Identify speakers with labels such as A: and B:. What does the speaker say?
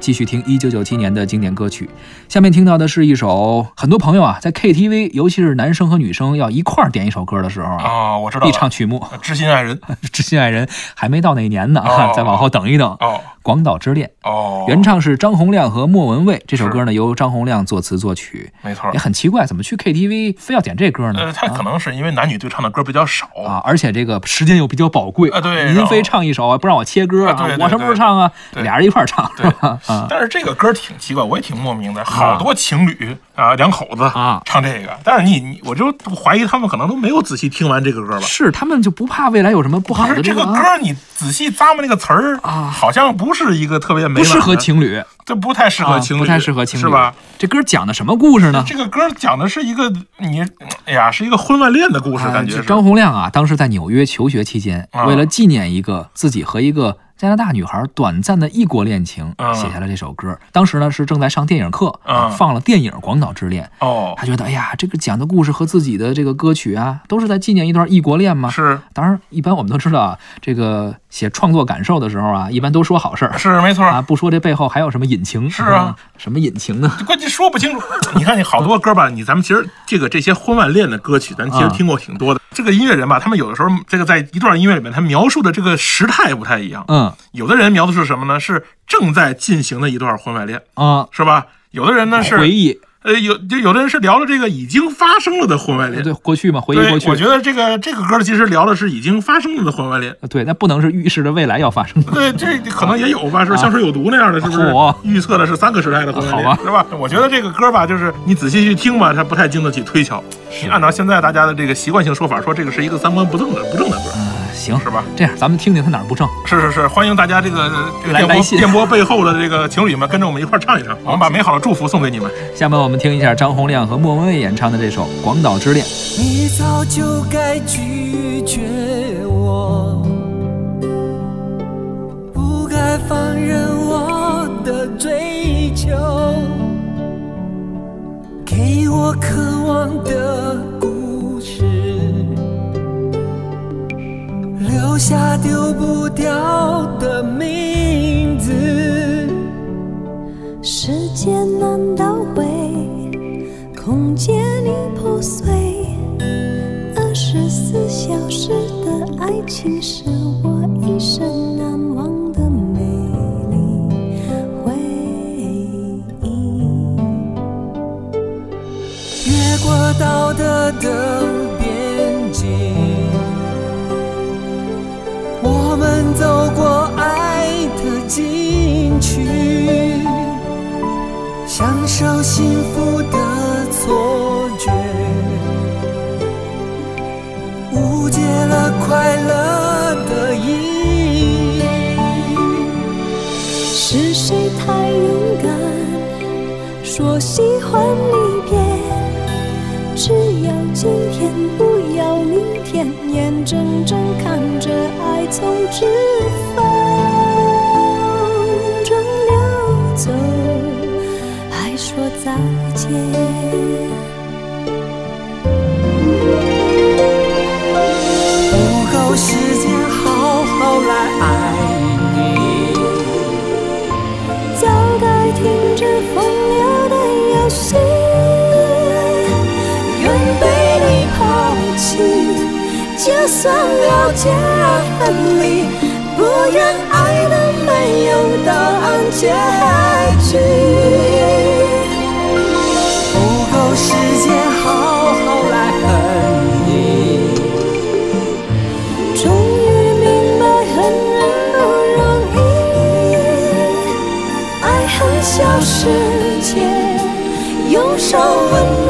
A: 继续听1997年的经典歌曲。下面听到的是一首很多朋友啊在 KTV，尤其是男生和女生要一块儿点一首歌的时候啊，
B: 啊，我知道了，
A: 必唱曲目
B: 呃知心爱人
A: 《知心爱人》，还没到那一年呢啊，
B: 哦
A: 再往后等一等，《
B: 哦
A: 广岛之恋》。
B: 哦，
A: 原唱是张洪量和莫文蔚，这首歌呢由张洪量作词作曲，
B: 没错
A: 也。很奇怪，怎么去 KTV 非要点这歌
B: 啊呃，
A: 呢？
B: 他可能是因为男女对唱的歌比较少
A: 啊，而且这个时间又比较宝贵
B: 啊对
A: 您
B: 然后
A: 非唱一首啊，不让我切歌
B: 啊对对
A: 我什么时候唱啊？
B: 对
A: 俩人一块儿唱是
B: 对
A: 吧？ 啊，
B: 但是这个歌挺奇怪，我也挺莫名的，好多情侣啊，两口子
A: 啊
B: 唱这个，但是你你，我就怀疑他们可能都没有仔细听完这个歌吧。
A: 是他们就不怕未来有什么不好
B: 不
A: 的
B: 是这
A: 个
B: 个
A: 啊
B: 歌，你仔细咂摸那个词儿
A: 啊
B: 好像不是一个特别
A: 不
B: 美满的
A: 适合，情侣，
B: 这不太适合
A: 啊
B: 情侣，
A: 不太适合情侣啊
B: 是吧？？
A: 这歌讲的什么故事呢？
B: 这个歌讲的是一个你，哎呀，是一个婚外恋的故事，
A: 啊
B: 感觉
A: 这
B: 是。
A: 张洪量啊，当时在纽约求学期间，
B: 啊
A: 为了纪念一个自己和一个加拿大女孩短暂的异国恋情，
B: 啊
A: 写下了这首歌。当时呢是正在上电影课，
B: 啊
A: 放了电影《广岛之恋》。
B: 哦，
A: 他觉得，哎呀，这个讲的故事和自己的这个歌曲啊，都是在纪念一段异国恋嘛。
B: 是
A: 当然，一般我们都知道啊，这个写创作感受的时候啊，一般都说好事儿
B: 是没错，
A: 啊，不说这背后还有什么隐情。
B: 是啊
A: 什么隐情呢？
B: 关键说不清楚。你看，你好多歌吧，你咱们其实这个这些婚外恋的歌曲，咱其实
A: 啊
B: 听过挺多的。这个音乐人吧，他们有的时候这个在一段音乐里面，他描述的这个时态不太一样。
A: 嗯
B: 有的人描述是什么呢？是正在进行的一段婚外恋，
A: 啊，
B: 是吧？有的人呢
A: 回
B: 是
A: 忆，
B: 呃有就有的人是聊了这个已经发生了的婚外恋。
A: 对过去嘛，回忆
B: 对
A: 过去。
B: 我觉得这个这个歌其实聊的是已经发生了的婚外恋。
A: 对，那不能是预示着未来要发生的。
B: 对，这可能也有吧，是不是香水有毒那样的，是不是
A: 嚯？
B: 预测的是三个时代的婚外
A: 啊好
B: 恋
A: 吧，
B: 是吧？我觉得这个歌吧，就是你仔细去听吧，它不太经得起推敲。你按照现在大家的这个习惯性说法，说这个是一个三观不正的不正的歌，
A: 呃行，
B: 是吧？
A: 这样咱们听听他哪儿不正。
B: 是是是，欢迎大家这个呃这个
A: 来
B: 电
A: 来
B: 波
A: 信
B: 电波背后的这个情侣们跟着我们一块儿唱一唱，我们把美好的祝福送给你们。
A: 下面我们听一下张洪量和莫文蔚演唱的这首《广岛之恋》。
C: 你早就该拒绝我，不该放任我的追求，给我渴望的故事，留下丢不掉的名字。
D: 时间难倒回，空间已破碎。二十四小时的爱情是我一生难忘的美丽回忆。
C: 越过道德的边境，我们走过爱的禁区，享受幸福的错觉，误解了快乐的意义。
D: 是谁太勇敢，说喜欢离别？只要今天，不要明天，眼睁睁看着爱从指缝中溜走，还说再见。
C: 不够时间好好来爱你。
D: 早该停止风流的游戏，愿被你抛弃，就算了解分离，不愿爱的没有答案结局。
C: 不够时间好好来恨你。
D: 终于明白，恨人不容易，爱恨小世界，用手温暖。